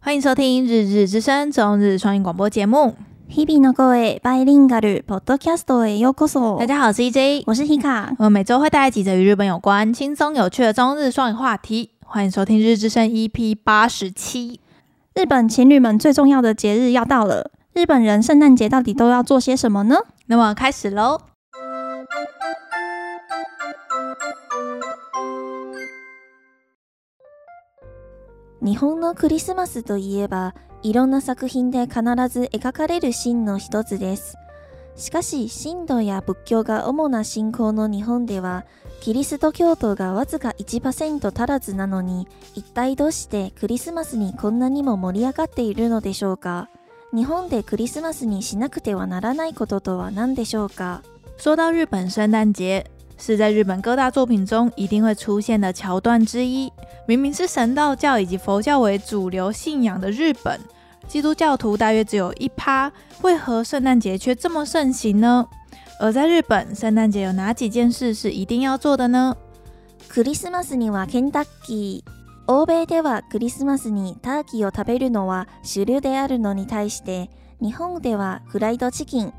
欢迎收听《日日之声》中日双语广播节目。日々の声バイリンガルポッドキャストへようこ哦そ。大家好，我是 EJ，我是 Hika。我们每周会带来几则与日本有关、轻松有趣的中日双语话题。欢迎收听《日之声》EP 八十七。日本情侣们最重要的节日要到了，日本人圣诞节到底都要做些什么呢？那么开始喽。日本のクリスマスといえばいろんな作品で必ず描かれるシーンの一つですしかし神道や仏教が主な信仰の日本ではキリスト教徒がわずか1%足らずなのに一体どうしてクリスマスにこんなにも盛り上がっているのでしょうか日本でクリスマスにしなくてはならないこととは何でしょうか说到日本圣诞节，是在日本各大作品中一定会出现的桥段之一。明明是神道教以及佛教为主流信仰的日本，基督教徒大约只有一趴，为何圣诞节却这么盛行呢？而在日本，圣诞节有哪几件事是一定要做的呢？クリスマスにはケンタッキー欧米ではクリスマスにターキーを食べるのは主流であるのに対して日本ではフライドチキン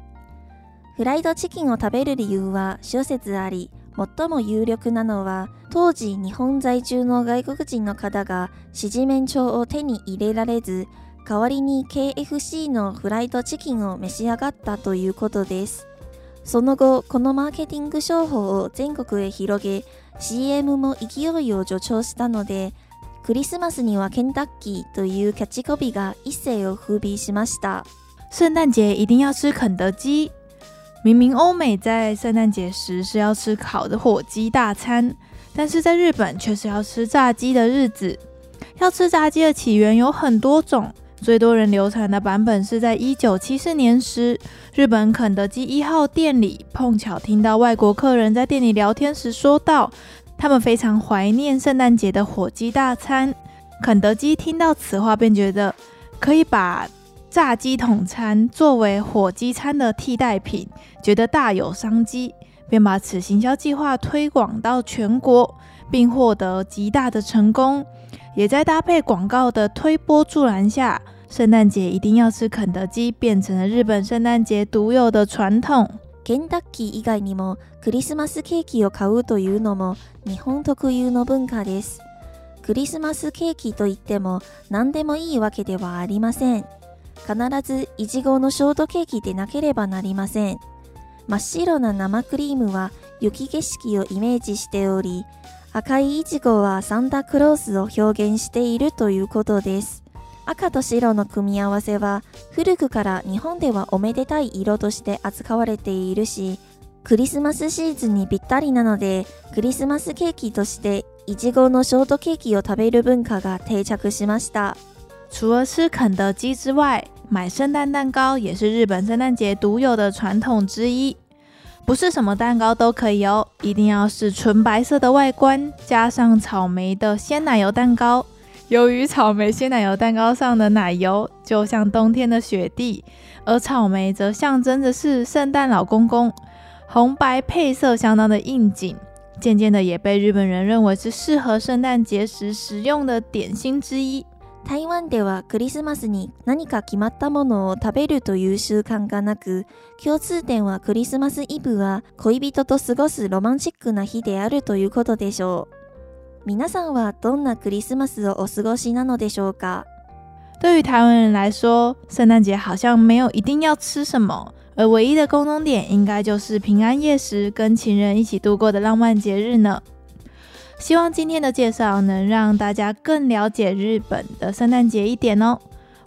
フライドチキンを食べる理由は諸説あり最も有力なのは当時日本在住の外国人の方が支持面鳥を手に入れられず代わりに KFC のフライドチキンを召し上がったということですその後このマーケティング商法を全国へ広げ CM も勢いを助長したのでクリスマスにはケンタッキーというキャッチコピーが一世を風靡しました圣诞节一定要吃肯德基。明明欧美在圣诞节时是要吃烤的火鸡大餐，但是在日本却是要吃炸鸡的日子。要吃炸鸡的起源有很多种，最多人流传的版本是在一九七四年时，日本肯德基一号店里碰巧听到外国客人在店里聊天时说到，他们非常怀念圣诞节的火鸡大餐。肯德基听到此话便觉得可以把炸鸡桶餐作为火鸡餐的替代品，觉得大有商机，便把此行销计划推广到全国，并获得极大的成功。也在搭配广告的推波助澜下，圣诞节一定要吃肯德基变成了日本圣诞节独有的传统。ケンタッキー以外にもクリスマスケーキを買うというのも日本特有の文化ですクリスマスケーキといっても何でもいいわけではありません必ずイチゴのショートケーキでなければなりません真っ白な生クリームは雪景色をイメージしており赤いイチゴはサンタクロースを表現しているということです赤と白の組み合わせは古くから日本ではおめでたい色として扱われているしクリスマスシーズンにぴったりなのでクリスマスケーキとしてイチゴのショートケーキを食べる文化が定着しました除了吃肯德基之外，买圣诞蛋糕也是日本圣诞节独有的传统之一。不是什么蛋糕都可以哦，一定要是纯白色的外观，加上草莓的鲜奶油蛋糕。由于草莓鲜奶油蛋糕上的奶油就像冬天的雪地，而草莓则象征着是圣诞老公公，红白配色相当的应景。渐渐的也被日本人认为是适合圣诞节时食用的点心之一。台湾ではクリスマスに何か決まったものを食べるという習慣がなく共通点はクリスマスイブは恋人と過ごすロマンチックな日であるということでしょう皆さんはどんなクリスマスをお過ごしなのでしょうか对于台湾人来说，圣诞节好像没有一定要吃什么，而唯一的共同点应该就是平安夜时跟情人一起度过的浪漫节日呢。希望今天的介绍能让大家更了解日本的圣诞节一点哦。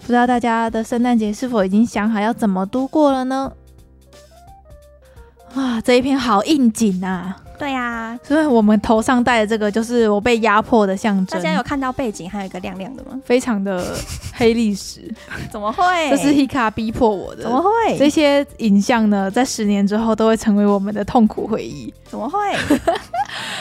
不知道大家的圣诞节是否已经想好要怎么度过了呢？啊，这一篇好应景啊！对啊，所以我们头上戴的这个就是我被压迫的象征，大家有看到背景还有一个亮亮的 吗？非常的黑历史，怎么会？这是 Hika 逼迫我的。怎么会？这些影像呢，在十年之后都会成为我们的痛苦回忆。怎 么会？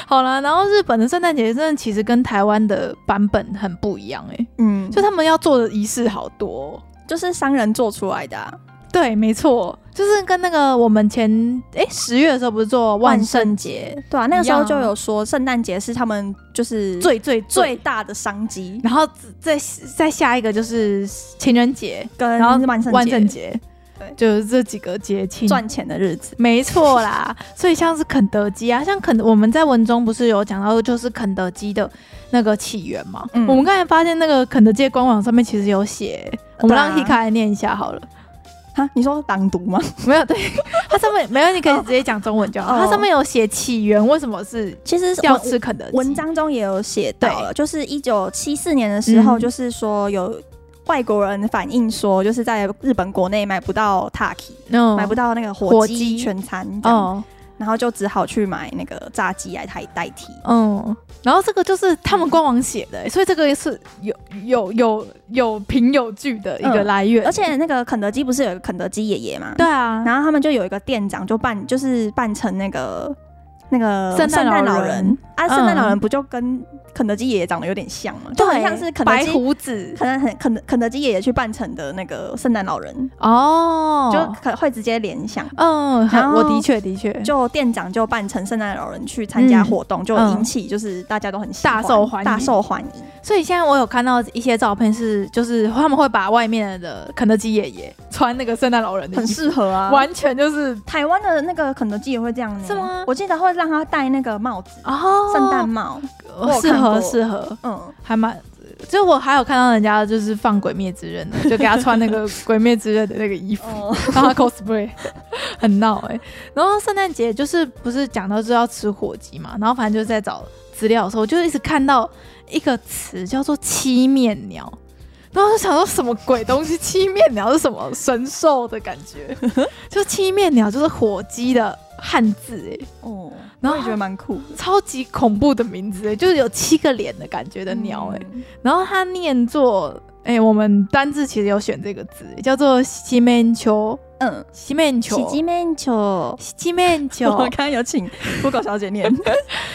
好了，然后日本的圣诞节真的其实跟台湾的版本很不一样哎、嗯，就就他们要做的仪式好多哦、就是商人做出来的啊、对，没错，就是跟那个我们前哎十月的时候不是做万圣节对啊，那个时一候样就有说圣诞节是他们就是最最最最，大的商机，然后再再下一个就是情人节，跟然后万圣嗯万圣节节对，就是这几个节庆赚钱的日子。没错啦，所以像是肯德基啊，像肯我们在文中不是有讲到，就是肯德基的那个起源嘛。嗯我们刚才发现那个肯德基的官网上面其实有写，我们让对啊 Hika 来念一下好了。哈，你说朗读吗？没有，对， 它上面没有，你可以直接讲中文就好。哦它上面有写起源，为什么是其实要我吃肯德基？文章中也有写到了，就是一九七四年的时嗯候，就是说有外国人反映说，就是在日本国内买不到 taki，、嗯买不到那个火火鸡鸡全餐这样，哦，然后就只好去买那个炸鸡来代代替。嗯，然后这个就是他们官网写嗯的、所以这个是有有有有凭有据的一个嗯来源。而且那个肯德基不是有一个肯德基爷爷嘛？对。啊，然后他们就有一个店长就扮就是扮成那个那个圣诞老人老人啊，嗯圣诞老人不就跟肯德基爷爷长得有点像吗？就对，很像是肯德白基。胡子可能很肯德肯德基爷爷去扮成的那个圣诞老人，哦，就可会直接联想。嗯，然好后我的确的确就店长就扮成圣诞老人去参加活动，就引起就是大家都很喜欢嗯大受欢迎大受欢迎。所以现在我有看到一些照片是，就是他们会把外面的肯德基爷爷穿那个圣诞老人的很衣服，适合啊。完全就是台湾的那个肯德基也会这样呢，是吗我记得会让他戴那个帽子，哦圣诞帽。我有适看过合适合，嗯，还蛮。就我还有看到人家就是放《鬼灭之刃》的，就给他穿那个 《鬼灭之刃》的那个衣服，哦，让他 cosplay，很 闹哎、然后圣诞节就是不是讲到就要吃火鸡嘛，然后反正就是在找资料的时候，我就一直看到一个词叫做七面鸟，然后我就想说什么鬼东西？七面鸟是什么神兽的感觉？就七面鸟就是火鸡的汉字哎、哦，然我后也觉得蛮酷的。超级恐怖的名字哎、就是有七个脸的感觉的鸟欸嗯哎、然后它念作。哎、我们单字其实有选这个字，叫做西面球，嗯，西面球，喜鸡面球，七面 球我，刚刚有请酷狗小姐念，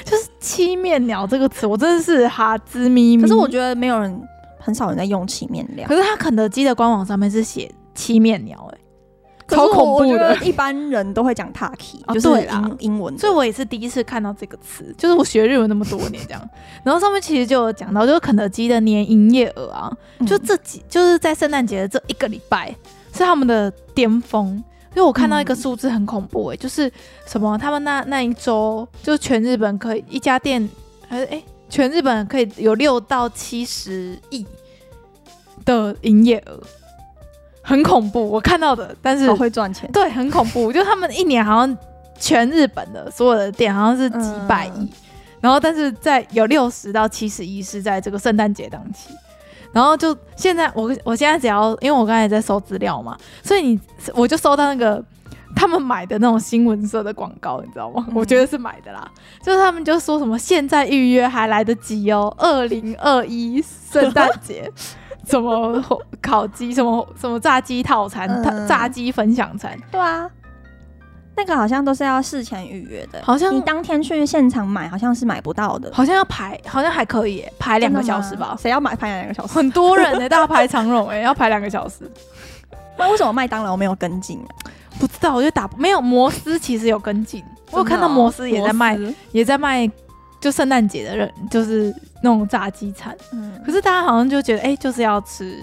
就是七面鸟这个词，我真的是哈兹咪咪。 可是我觉得没有人，很少人在用起面料可。是它肯德基的官网上面是写七面鸟、欸，可是超我恐怖我的觉。得一般人都会讲 taki，哦就是对啦英英文 的。所以我也是第一次看到这个词，就是我学日文那么多年这样。然后上面其实就有讲到，就是肯德基的年营业额啊，就嗯这几就是在圣诞节的这一个礼拜是他们的巅峰。因为我看到一个数字很恐怖诶、就是什么他们那那一周就全日本可以一家店还是诶、全日本可以有六到七十亿的营业额，很恐怖。我看到的，但是好会赚钱。对，很恐怖。就他们一年好像全日本的所有的店好像是几百亿，嗯然后但是在有六十到七十亿是在这个圣诞节档期。然后就现在我我现在只要因为我刚才在搜资料嘛，所以你我就搜到那个他们买的那种新闻社的广告，你知道吗？嗯我觉得是买的啦，就是他们就说什么现在预约还来得及哦，二零二一圣诞 节什么烤鸡什么什么炸鸡套餐、嗯炸鸡分享餐，对啊，那个好像都是要事前预约的，好像你当天去现场买好像是买不到的，好像要排，好像还可以耶排两个真的小吗时吧，谁要买排两个小时？很多人呢，大家排长龙哎，要排两个小时。 那为什么麦当劳没有跟进啊？不知道，我就打没有摩斯，其实有跟进，我有看到哦摩斯也在卖，哦摩斯也在卖，就圣诞节的人就是那种炸鸡餐。嗯，可是大家好像就觉得，哎、就是要吃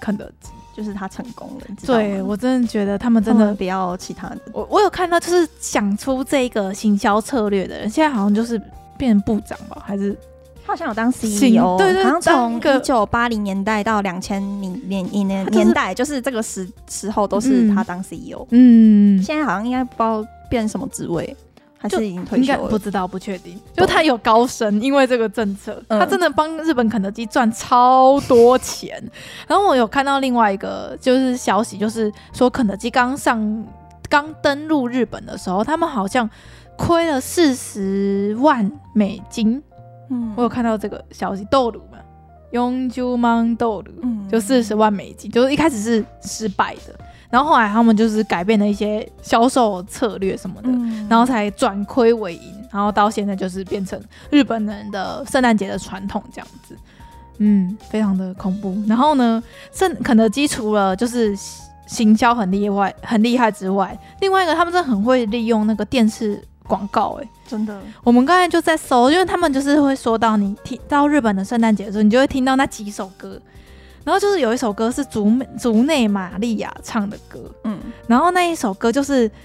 肯德基。就是他成功了，你知道吗对我真的觉得他们他真们的，不要其他的，我我有看到，就是想出这个行销策略的人，现在好像就是变成部长吧，还是他好像有当行 CEO，对对好像当从一个一九八零年代到两千年年年他就是年代，就是这个时时候都是嗯他当 CEO，嗯，现在好像应该不知道变什么职位，还就是已经退应休该了不。知道，不确定。就他有高升，因为这个政策，嗯他真的帮日本肯德基赚超多钱。 然后我有看到另外一个就是消息，就是说肯德基刚上刚登陆日本的时候，他们好像亏了四十万美金。嗯我有看到这个消息，豆乳嘛，永久芒豆乳，嗯就四十万美金，就是一开始是失败的，然后后来他们就是改变了一些销售策略什么的。嗯然后才转亏为盈，然后到现在就是变成日本人的圣诞节的传统这样子，嗯，非常的恐怖。然后呢，圣肯德基除了就是行销很厉害、很厉害之外，另外一个他们真的很会利用那个电视广告、欸。哎，真的，我们刚才就在搜，因为他们就是会说到你听到日本的圣诞节的时候，你就会听到那几首歌。然后就是有一首歌是竹竹内玛利亚唱的歌，嗯，然后那一首歌就是、呃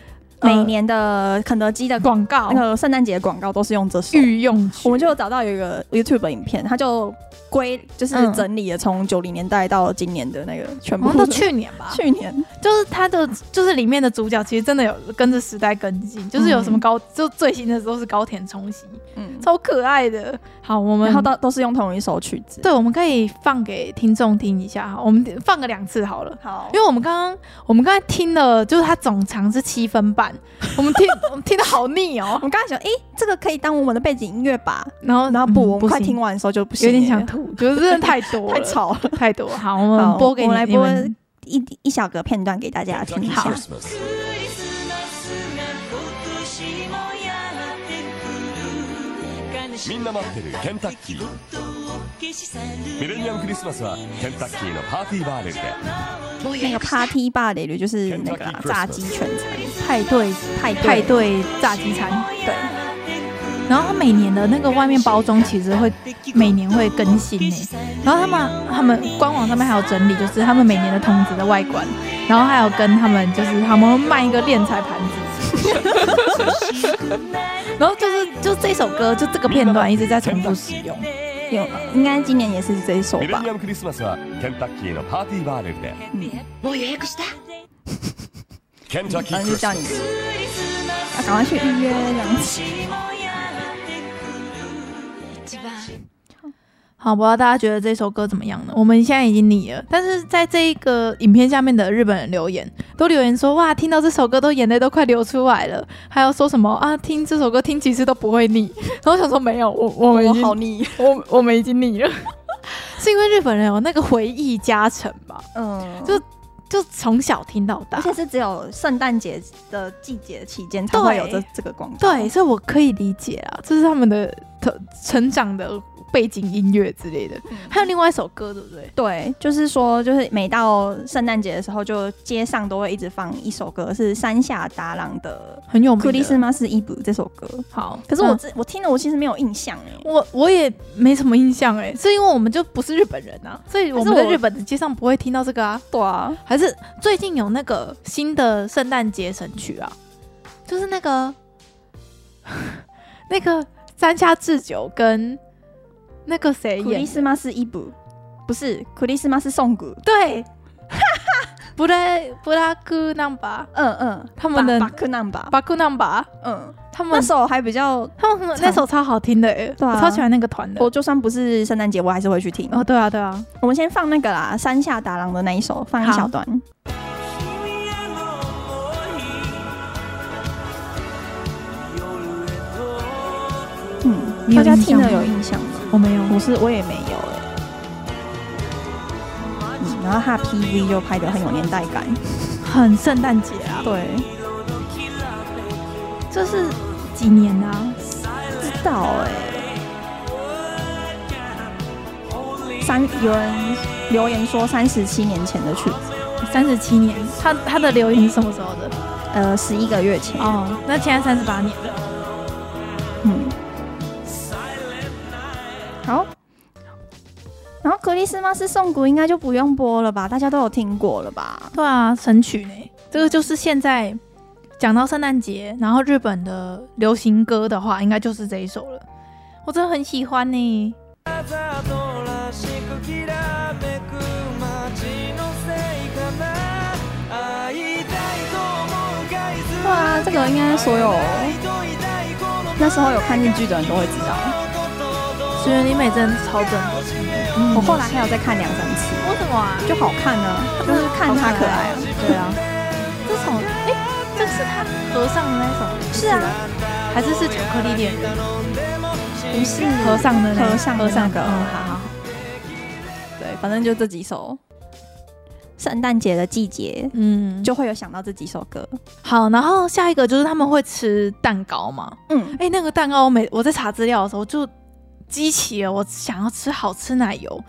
每年嗯的肯德基的广广告那个圣诞节广告都是用这首。御用曲，我们就有找到有一个 YouTube 影片，它就归就是嗯整理了从九零年代到今年的那个全部好像都去年吧，去年，就是它的就是里面的主角其实真的有跟着时代跟进，就是有什么高、就最新的都是高田充希，嗯，超可爱的。好，我们然后都都是用同一首曲子。对，我们可以放给听众听一下哈，我们放个两次好了。好因为我们刚刚我们刚才听了，就是它总长是七分半，我们听 我们听的好腻我哦。们刚才想，诶，这个可以当我们的背景音乐吧？然后然后不，嗯我们快行听完的时候就不行有了，点想吐，就是真的太多 太了吵了。太多。好，我们好播给你我来你播们一一小个片段给大家听一下。 Christmas. クリスマスが今年もやってくる悲しみんな待ってるケンタッキー事を消し去るミレニアムクリスマスはケンタッキーのパーティーバーレルで那个 Party Bar 雷律就是那个啦 Kentucky Christmas 炸鸡全餐派对派派对对炸鸡餐。对，然后它每年的那个外面包装其实会每年会更新呢、然后他们他们官网上面还有整理，就是他们每年的筒子的外观，然后还有跟他们就是他们会卖一个炼材盘子， 然后就是就这首歌就这个片段一直在重复使用，有应该今年也是这一首ミレ吧ニ。アムクリスマスはケンタッキーのパーティーバーレルでもう予約したケンタッキ反ー正ク就リス叫你要マス赶快去预约这样子。一番好，不知道大家觉得这首歌怎么样呢？我们现在已经腻了，但是在这一个影片下面的日本人留言都留言说，哇，听到这首歌都眼泪都快流出来了，还有说什么啊，听这首歌听几次都不会腻。然后我想说，没有，我我们已我经好腻。我我们已经腻了， 是因为日本人有那个回忆加成吧？嗯，就就从小听到大而，且是只有圣诞节的季节期间才会有这对这个广告。对，所以我可以理解啊，这是他们的成成长的背景音乐之类的。嗯还有另外一首歌，对不对？对，就是说，就是每到圣诞节的时候，就街上都会一直放一首歌，是山下达郎的很有《名克的。里斯马斯伊布》这首歌。好，可是我嗯这、我听了，我其实没有印象哎。我我也没什么印象哎，是因为我们就不是日本人啊，所以我们可是在我日本的街上不会听到这个啊。对啊，还是最近有那个新的圣诞节神曲啊，就是那个 那个山下智久跟那个谁克里演斯马斯伊布不是克里斯马斯颂歌。对， 布拉布拉克 number 嗯嗯，他们的巴克南吧。巴库 number 嗯，他那们首还比较，他们很那首超好听的哎、对啊我超喜欢那个团的我就算不是圣诞节，我还是会去听。哦对啊对啊，我们先放那个啦，山下达郎的那一首，放一小段。嗯，你有大家印听象了吗嗯有印象吗？我没有我是我也没有哎、嗯，然后他的 PV 又拍的很有年代感，很圣诞节啊，对，这是几年啊？不知道哎、三有人留言说三十七年前的曲子，三十七年，他他的留言是什么时候的？呃，十一个月前，哦，那现在三十八年了。嗯，好。然后《克里斯马斯颂谷》应该就不用播了吧，大家都有听过了吧？对啊，神曲呢？这个就是现在讲到圣诞节，然后日本的流行歌的话，应该就是这一首了。我真的很喜欢呢。对啊，这个应该所有那时候有看日剧的人都会知道。石原里美真的是超正的，我后来还有再看两三次，为什么啊？就好看啊，就是看他可爱啊。对啊，这首哎，这是他合唱的那首，是啊，还是是巧克力恋人？不是合唱的那合唱的合唱那个的，嗯，好好好。对，反正就这几首。圣诞节的季节嗯，就就会有想到这几首歌。好，然后下一个就是他们会吃蛋糕嘛，嗯，哎、那个蛋糕，我每我在查资料的时候就激起了我想要吃好吃奶油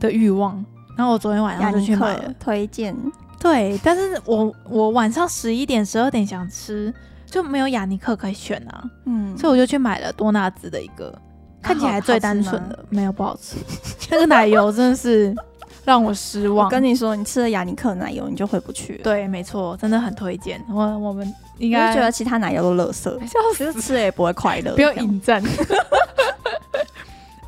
的欲望。然后我昨天晚上雅就尼去克买了，推荐对，但是我我晚上十一点、十二点想吃，就没有雅尼克可以选啊，嗯，所以我就去买了多纳兹的一个，看起来最单好纯吃的，没有不好吃。那个奶油真的是让我失望。我跟你说，你吃了雅尼克奶油，你就回不去了。对，没错，真的很推荐。我我们应你就该觉得其他奶油都垃圾，笑可是吃了也不会快乐。不要这样引战。呃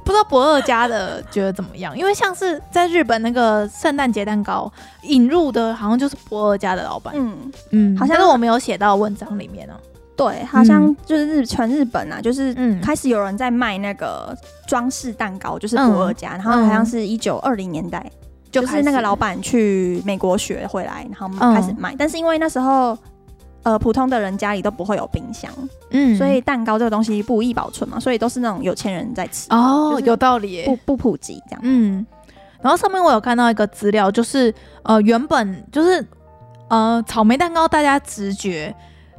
不知道博二家的觉得怎么样？因为像是在日本那个圣诞节蛋糕引入的，好像就是博二家的老板。嗯，嗯，好像但是我没有写到文章里面哦、对，好像就是日全日本啊，就是嗯开始有人在卖那个装饰蛋糕，就是博尔家，然后好像是一九二零年代，就开是始那个老板去美国学回来，然后嗯开始卖。但是因为那时候。呃，普通的人家里都不会有冰箱，嗯所以蛋糕这个东西不易保存嘛，所以都是那种有钱人在吃，哦，就是有道理耶不不普及这样。嗯，然后上面我有看到一个资料，就是呃，原本就是呃，草莓蛋糕大家直觉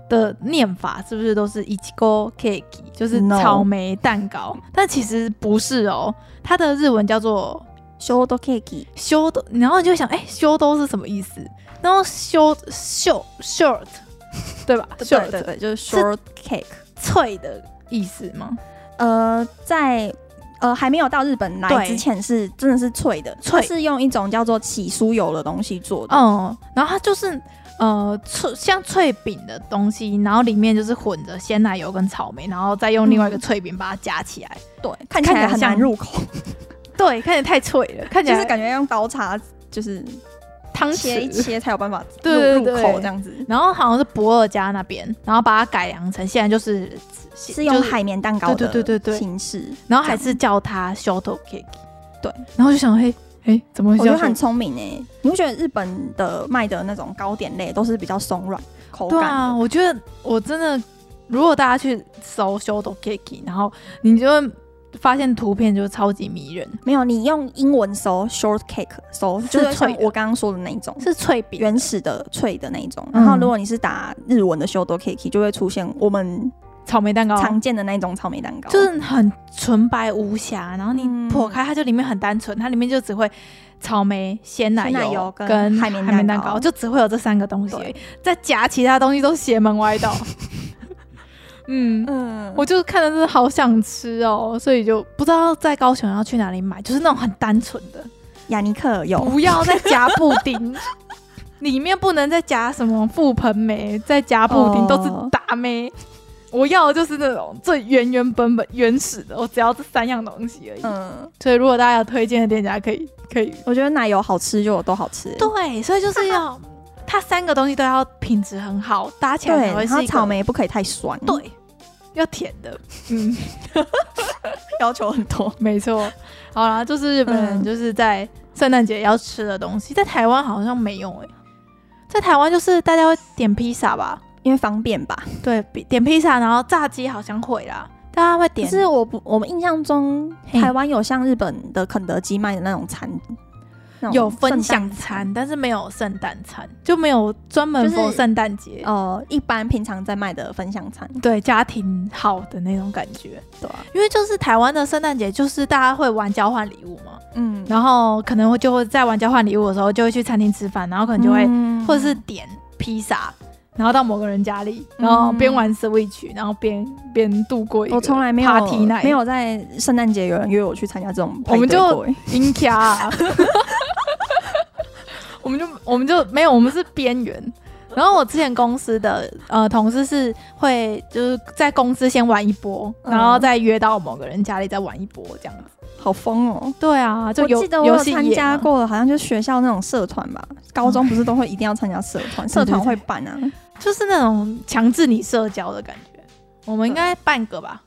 的念法是不是都是 ichigo cake，就是 No 草莓蛋糕但其实不是哦，它的日文叫做 short cake，修的，然后你就想，哎，修都是什么意思？然后修秀 short，对吧对对？short 对，就是 short cake。脆的意思吗？呃，在呃还没有到日本来对之前是真的是脆的，脆它是用一种叫做起酥油的东西做的。嗯，然后它就是呃脆像脆饼的东西，然后里面就是混着鲜奶油跟草莓，然后再用另嗯外一个脆饼把它夹起来。对，看起起来来很像难入口，对，看起来太脆了，看起就来是感觉要用刀叉就是汤切一匙。切才有办法入对对入对口这样子。然后好像是博尔家那边，然后把它改良成现在就是是用就是海绵蛋糕的对对对对对形式，然后还是叫它 short cake。对，然后就想，嘿，哎，怎么会我觉叫得很 short- 聪明哎。你会觉得日本的卖的那种糕点类都是比较松软口对感啊，的，我觉得我真的，如果大家去搜 short cake，然后你就会发现图片就超级迷人，没有你用英文搜 short cake 搜是就是像脆的我刚刚说的那一种，是脆饼。原始的脆的那一种。嗯然后如果你是打日文的 s h o d o cake，就会出现我们草莓蛋糕，常见的那一种草莓蛋糕，哦就是很纯白无瑕，然后你嗯破开它就里面很单纯，它里面就只会草莓、鲜奶油鲜奶油跟海海绵绵蛋蛋糕就只会有这三个东西而已对，再夹其他东西都邪门歪 道。嗯，嗯我就看的是好想吃哦，所以就不知道在高雄要去哪里买，就是那种很单纯的，雅尼克有不要再夹布 丁。里面不能再夹什么覆盆梅，再夹布丁、哦都是大梅。我要的就是那种最原原本本原始的，我只要这三样东西而已。嗯，所以如果大家有推荐的店家，可以可以。我觉得奶油好吃就有都好吃。对，所以就是 要它三个东西都要品质很好，搭起来才会然是后一个草莓不可以太酸，，对，要甜的。嗯，要求很多。没错。好啦，就是日本人嗯就是在圣诞节要吃的东西，在台湾好像没有诶、在台湾就是大家会点披萨吧，因为方便吧，对，比点披萨，然后炸鸡好像会啦，大家会可点。是我不，我们印象中嘿台湾有像日本的肯德基卖的那种餐，那种有分享圣诞餐，但是没有圣诞餐，就没有专门就是 for 圣诞节。呃，一般平常在卖的分享餐，对家庭好的那种感觉，对啊，因为就是台湾的圣诞节，就是大家会玩交换礼物嘛，嗯，然后可能会就会在玩交换礼物的时候，就会去餐厅吃饭，然后可能就会、嗯或者是点披萨，然后到某个人家里，然后边玩 Switch，然后边边度过一个嗯我从来没有 party night，没有在圣诞节有人约我去参加这种派对过，我们就赢家、 我们就我们就没有，我们是边缘。然后我之前公司的呃同事是会就是在公司先玩一波，嗯然后再约到某个人家里再玩一波这样子。好疯哦。对啊，就我游记得我游有戏参业加嘛，过，好像就学校那种社团吧，高中不是都会一定要参加社 团，社团对对会办啊。就是那种强制你社交的感觉。我们应该半个吧，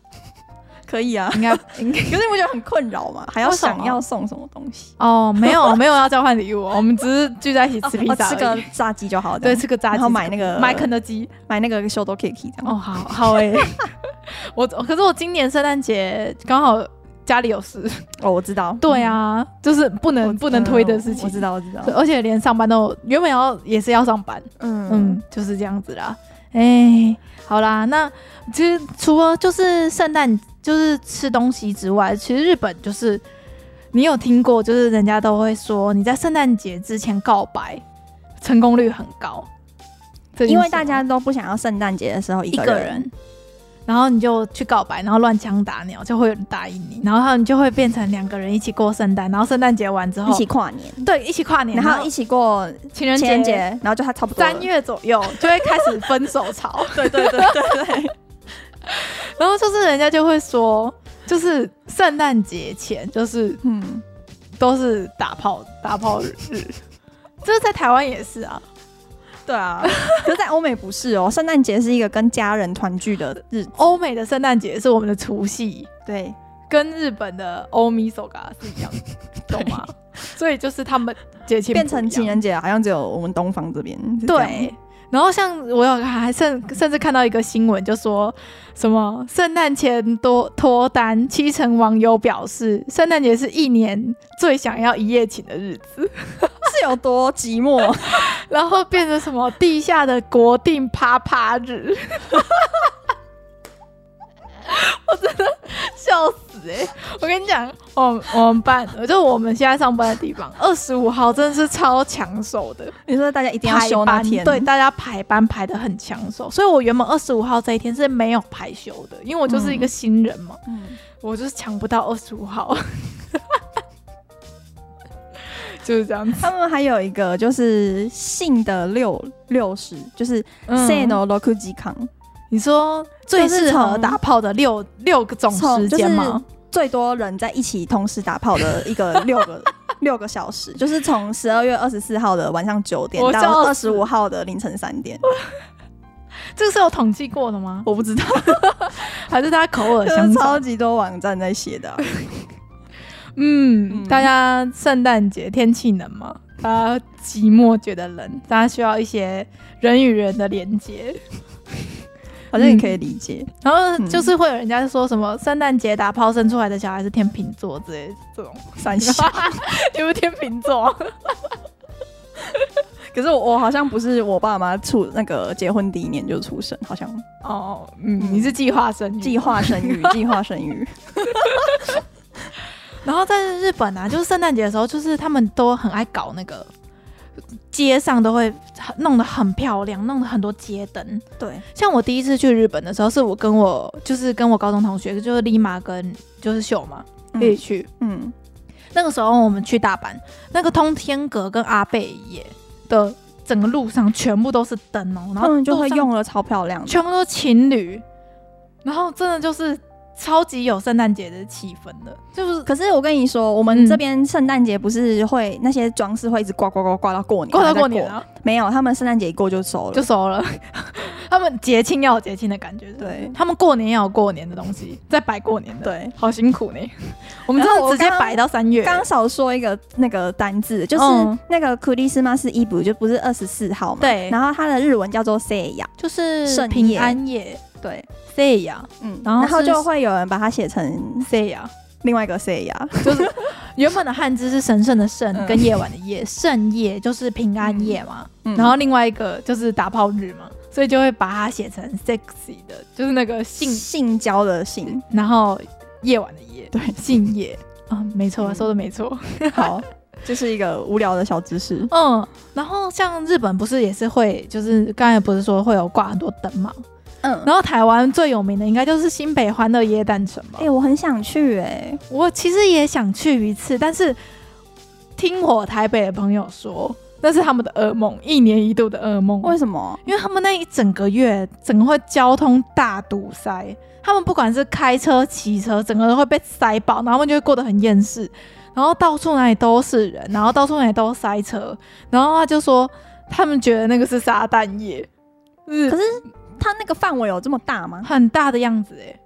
可以啊，应该 应该 可是我觉得很困扰嘛，还要为什么想要送什么东西，哦，没有 没有要交换礼物，哦我们只是聚在一起吃披哦萨而已、吃个炸鸡就好。这对，样吃个炸鸡，然后买那个买肯德基，买那个秀豆 cake 这哦，样。好好哎、我可是我今年圣诞节刚好家里有事， 哦，我知道。对啊，就是不嗯，能我不能推的事我情，知道，我知道对，。而且连上班都原本要也是要上班，嗯嗯，就是这样子啦。哎、好啦，那其实除了就是圣诞就是吃东西之外，其实日本就是你有听过，就是人家都会说你在圣诞节之前告白，成功率很高，这件因为事大家都不想要圣诞节的时候一一个个人，然后你就去告白，然后乱枪打鸟，就会有人答应你，然后他们就会变成两个人一起过圣诞，然后圣诞节完之后一起跨年，对一起跨年，然后一起过情人情人节节，然后就他差不多了三，月左右就会开始分手 潮，对对对对对，然后就是人家就会说，就是圣诞节前就是 嗯，都是打炮打炮日，这在台湾也是啊，对啊，可是在欧美不是哦，圣诞节是一个跟家人团聚的日子，欧美的圣诞节是我们的除夕，对，跟日本的欧米索嘎是一样的，懂 吗？所以就是他们节庆变不成一样情人节好像只有我们东方这边是这样对。然后像我有还甚甚至看到一个新闻，就说什么圣诞前多脱单，七成网友表示圣诞节是一年最想要一夜情的日子，是有多寂寞， 然后变成什么地下的国定啪啪日， 我真的笑死哎、我跟你讲，我我们班就我们现在上班的地方，二十五号真的是超抢手的，你说大家一定要休那班天，对，大家排班排的很抢手，所以我原本二十五号这一天是没有排休的，因为我就是一个新人嘛，嗯，我就是抢不到二十五号， 就是这样子。他们还有一个就是性的六六十，就是 say no roku ji k a n 你说最适合打炮的六六个种时间吗？最多人在一起同时打炮的一个六 个六个小时，就是从十二月二十四号的晚上九点我笑到二死十五号的凌晨三点，这个是有统计过的吗？我不知道，还是大家口耳 就是相超传？级多网站在写 的啊、嗯，嗯大家圣诞节天气冷吗？大家寂寞觉得冷，大家需要一些人与人的连接。好像也可以理解。然后就是会有人家说什么圣诞节打炮生出来的小孩是天秤座之类的这种，三小， 因为天秤座 可是我我好像不是我爸妈出那个结婚第一年就出生，好像哦，嗯，你是计划生育计。划生 育，计划生育。然后在日本啊，就是圣诞节的时候，就是他们都很爱搞那个街上都会 弄得很漂亮，弄得很多街灯。对，像我第一次去日本的时候，是我跟我就是跟我高中同学，就是立马跟就是秀嘛嗯一起去，嗯，那个时候我们去大阪，那个通天阁跟阿贝野的整个路上全部都是灯哦，然他后们就会路上用了超漂亮的，全部都是情侣，然后真的就是超级有圣诞节的气氛的，就是可是我跟你说，我嗯们这边圣诞节不是会那些装饰会一直挂挂挂挂到过年，过到然后再过年啊没有，他们圣诞节一过就收了。就熟了。 他们节庆要有节庆的感觉，是不是对他们过年要有过年的东西，在摆过年的，，对，好辛苦 呢。我们然后真的我直接刚刚摆到三月，刚少说一个那个单字，就是嗯那个 Christmas Eve 就不是二十四号嘛？对然后它的日文叫做 Say ya，就是圣夜平安夜，对，塞呀嗯，然后然后是就会有人把它写成塞呀，另外一个 Say ya，就是原本的汉字是神圣的圣嗯跟夜晚的夜，圣夜就是平安夜嘛，嗯然后另外一个就是打炮日嘛，所以就会把它写成 sexy 的，就是那个性性，性交的性，然后夜晚的夜，对 性夜啊、没错，嗯说的没错，好，这是一个无聊的小知识。嗯，然后像日本不是也是会，就是刚才不是说会有挂很多灯嘛，嗯，然后台湾最有名的应该就是新北欢乐椰蛋城吧哎、，我很想去哎、我其实也想去一次，但是听我台北的朋友说，那是他们的噩梦，一年一度的噩梦。为什么？因为他们那一整个月，整个会交通大堵塞，他们不管是开车、骑车，整个都会被塞爆，然后他们就会过得很厌世，然后到处哪里都是人，然后到处哪里都塞车，然后他就说他们觉得那个是撒旦夜，是可是它那个范围有这么大吗？很大的样子哎、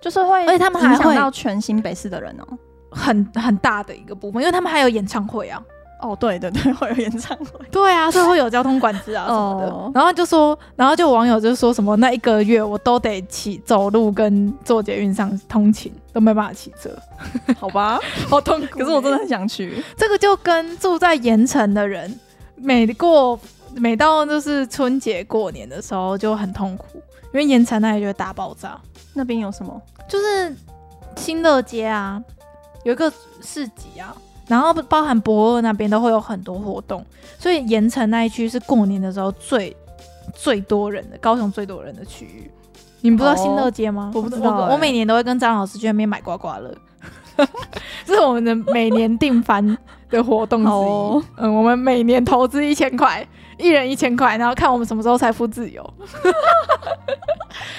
就是会，而且他们还影响会到全新北市的人哦。很很大的一个部分，因为他们还有演唱会啊。哦，对对对，会有演唱会。对 啊，所以会有交通管制啊什么的。哦然后就说，然后就有网友就说什么那一个月我都得骑走路跟坐捷运上通勤，都没办法骑车， 好吧， 好痛苦。可是我真的很想去。这个就跟住在盐城的人，每过每到就是春节过年的时候就很痛苦，因为盐城那里就会大爆炸，那边有什么？就是新乐街啊，有一个市集啊，然后包含博尔那边都会有很多活动，所以盐城那一区是过年的时候最最多人的，高雄最多人的区域。你们不知道新乐街吗？我不知道我欸我每年都会跟张老师去那边买刮刮乐， 这是我们的每年定番的活动之一。好哦嗯，我们每年投资一千块，一人一千块，然后看我们什么时候财富自由。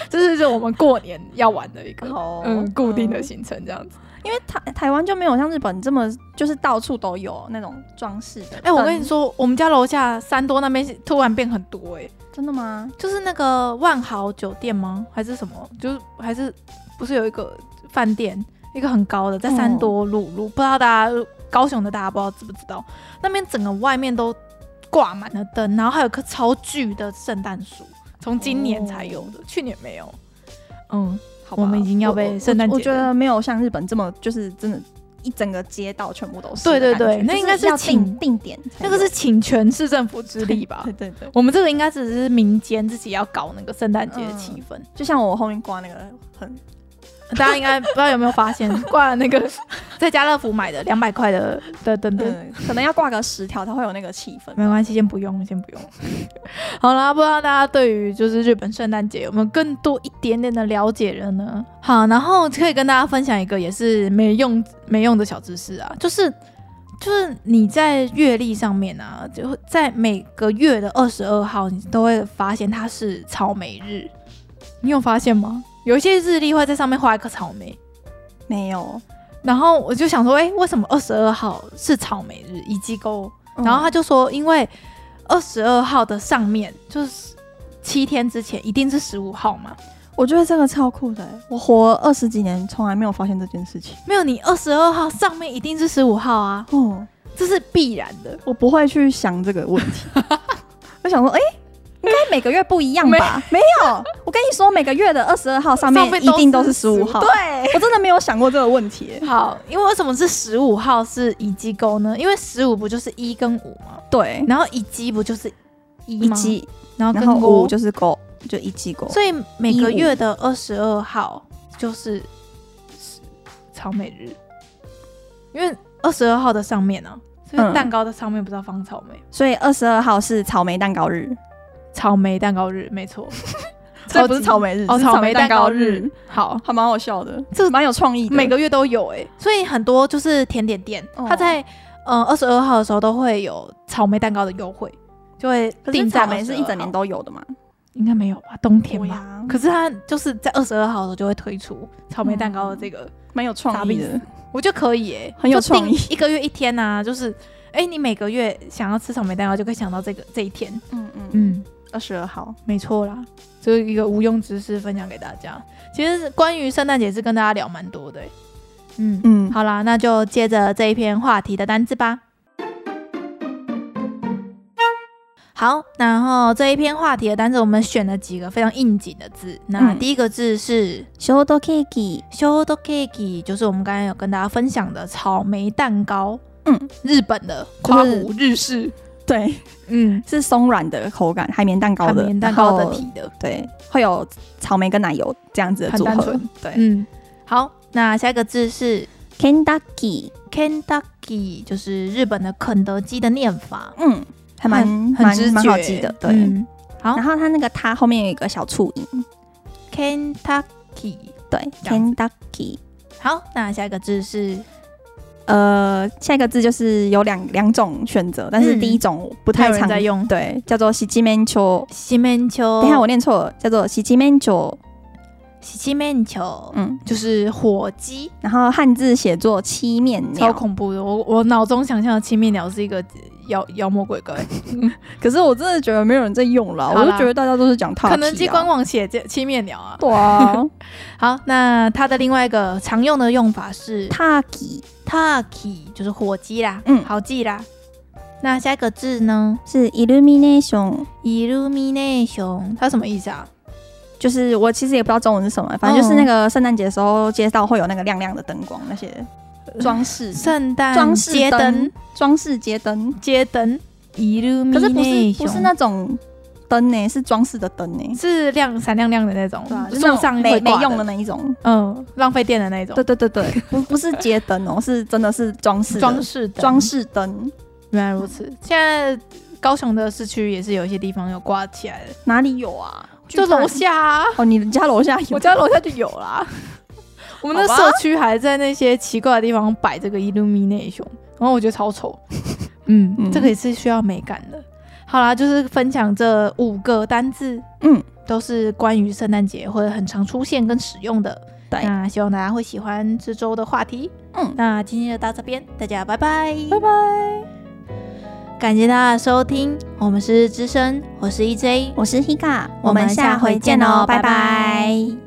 这是就我们过年要玩的一个、哦嗯固定的行程这样子。因为台台湾就没有像日本这么就是到处都有那种装饰的。哎、我跟你，说，我们家楼下三多那边突然变很多哎、真的吗？就是那个万豪酒店吗？还是什么？就是还是不是有一个饭店，一个很高的，在三多路路，不知道大家高雄的大家不知道知不知道？那边整个外面都挂满了灯，然后还有棵超巨的圣诞树，从今年才有的，去年没有。哦嗯，好吧，我们已经要被我圣诞节我我觉得没有像日本这么就是真的，一整个街道全部都是对的对感觉。对那应该就是要是请定定点才那有，个是请全市政府之力 吧对？对对，我们这个应该只是民间自己要搞那个圣诞节的气氛。就像我后面挂那个很大家应该不知道有没有发现，挂了那个 在家乐福买的两百块的的灯灯，嗯，可能要挂个十条，它会有那个气氛。没关系，先不用，先不用。 好啦，不知道大家对于就是日本圣诞节有没有更多一点点的了解了呢？好，然后可以跟大家分享一个也是没用没用的小知识啊，就是就是你在月历上面啊，就会在每个月的二十二号，你都会发现它是草莓日，你有发现吗？有一些日历会在上面画一颗草莓，没有，然后我就想说，哎、为什么二十二号是草莓日？以及勾，然后他就就说，因为二十二号的上面就是七天之前一定是十五号嘛，我觉得这个超酷的欸，我活二十几年从来没有发现这件事情。没有你二十二号上面一定是十五号啊，哦，这是必然的。我不会去想这个问 题。我想说，哎、应该每个月不一样吧？没有，我跟你说，每个月的二十二号上面上面一定都都是是十五15号。对，我真的没有想过这个问题。好，因为为什么是十五号是乙基勾呢？因为十五不就是一跟五吗？对，然后乙基不就是一嗯一吗？季，然后然跟后勾五就是勾，就一季勾。所以每个哦一五月的二十二号就是草莓日，因为二十二号的上面呢、啊，就是嗯蛋糕的上面不知道放草莓，所以二十二号是草莓蛋糕日，草莓蛋糕日没错，所以不是草莓日，哦，是草莓蛋糕糕日，，好。还蛮好笑的，这蛮有创意的。每个月都有哎、所以很多就是甜点店，哦它在呃二十二号的时候都会有草莓蛋糕的优惠，就会可定是在草莓是一整年都都有的嘛？应该没有吧，冬天啊对吧。啊呀可是它就是在二十二号的时候就会推出草莓蛋糕的这个蛮有创意傻的。我觉得可以诶、很有就定创意一个月一天呐、就是哎、诶你每个月想要吃草莓蛋糕，就可以想到这个这一天。嗯嗯，嗯，二十二号，没错啦，这是一个无用知识分享给大家。其实关于圣诞节是跟大家聊蛮多的、欸。嗯，嗯，好啦，那就接着这一篇话题的单字吧。好，然后这一篇话题的单字，我们选了几个非常应景的字。那嗯第一个字是嗯ショートケーキ、ショートケーキ就是我们刚才有跟大家分享的草莓蛋糕，嗯，日本的就是夸虎日式，对，嗯，是松软的口感，海绵蛋糕海的，绵蛋糕然的后体的，对，会有草莓跟奶油这样子的很组单合纯，对，嗯，好，那下一个字是ケンタッキ Kentucky，就是日本的肯德基的念法，嗯，还蛮很很直蛮觉，蛮好记的，对。嗯好然后它那个它后面有一个小促音， ，Kentucky，对这样，Kentucky。好，那下一个字是呃，下一个字就是有两两种选择，但是嗯第一种不不太常常在用，对，叫做西基面球。西面球，等一下我念错了，叫做西基面球。西面球，嗯，就是火鸡。然后汉字写作七面超鸟。恐怖的！我我脑中想象的青面鸟是一个妖妖魔鬼怪，可是我真的觉得没有人在用了，好啦我就觉得大家都是讲它。可能机官网写这青面鸟啊。对 啊好，那它的另外一个常用的用法是，Taki turkey，就是火鸡啦，嗯好记啦。那下一个字呢是 illumination。 ？illumination，它什么意思啊？就是我其实也不知道中文是什么，反正就是那个圣诞节的时候，街道会有那个亮亮的灯光，那些装 饰、圣诞装饰街灯灯、装饰街灯。街灯 illumination，可是不是不是那种灯呢、是装饰的灯呢、是亮闪亮亮的那种对啊，，就是那树种上没会没挂用的，那一种。嗯，浪费电的那种对，对对对，不不是街灯哦、是真的是装饰的装饰灯装。饰灯，原来如此，现在高雄的市区也是有一些地方有挂起来的，哪里有啊？就楼下啊，哦，你家楼下有？我家楼下就有 啦。我们的好吧社区还在那些奇怪的地方摆这个 illumination，然后我觉得超 丑。嗯，嗯这个也是需要美感的。好啦，就是分享这五个单字，嗯，都是关于圣诞节或者很常出现跟使用的。对那希望大家会喜欢这周的话题。嗯那今天就到这边，大家拜拜，拜拜。感谢大家的收听，我们是资深，我是 E EJ，我是 Hika，我们下回见哦拜拜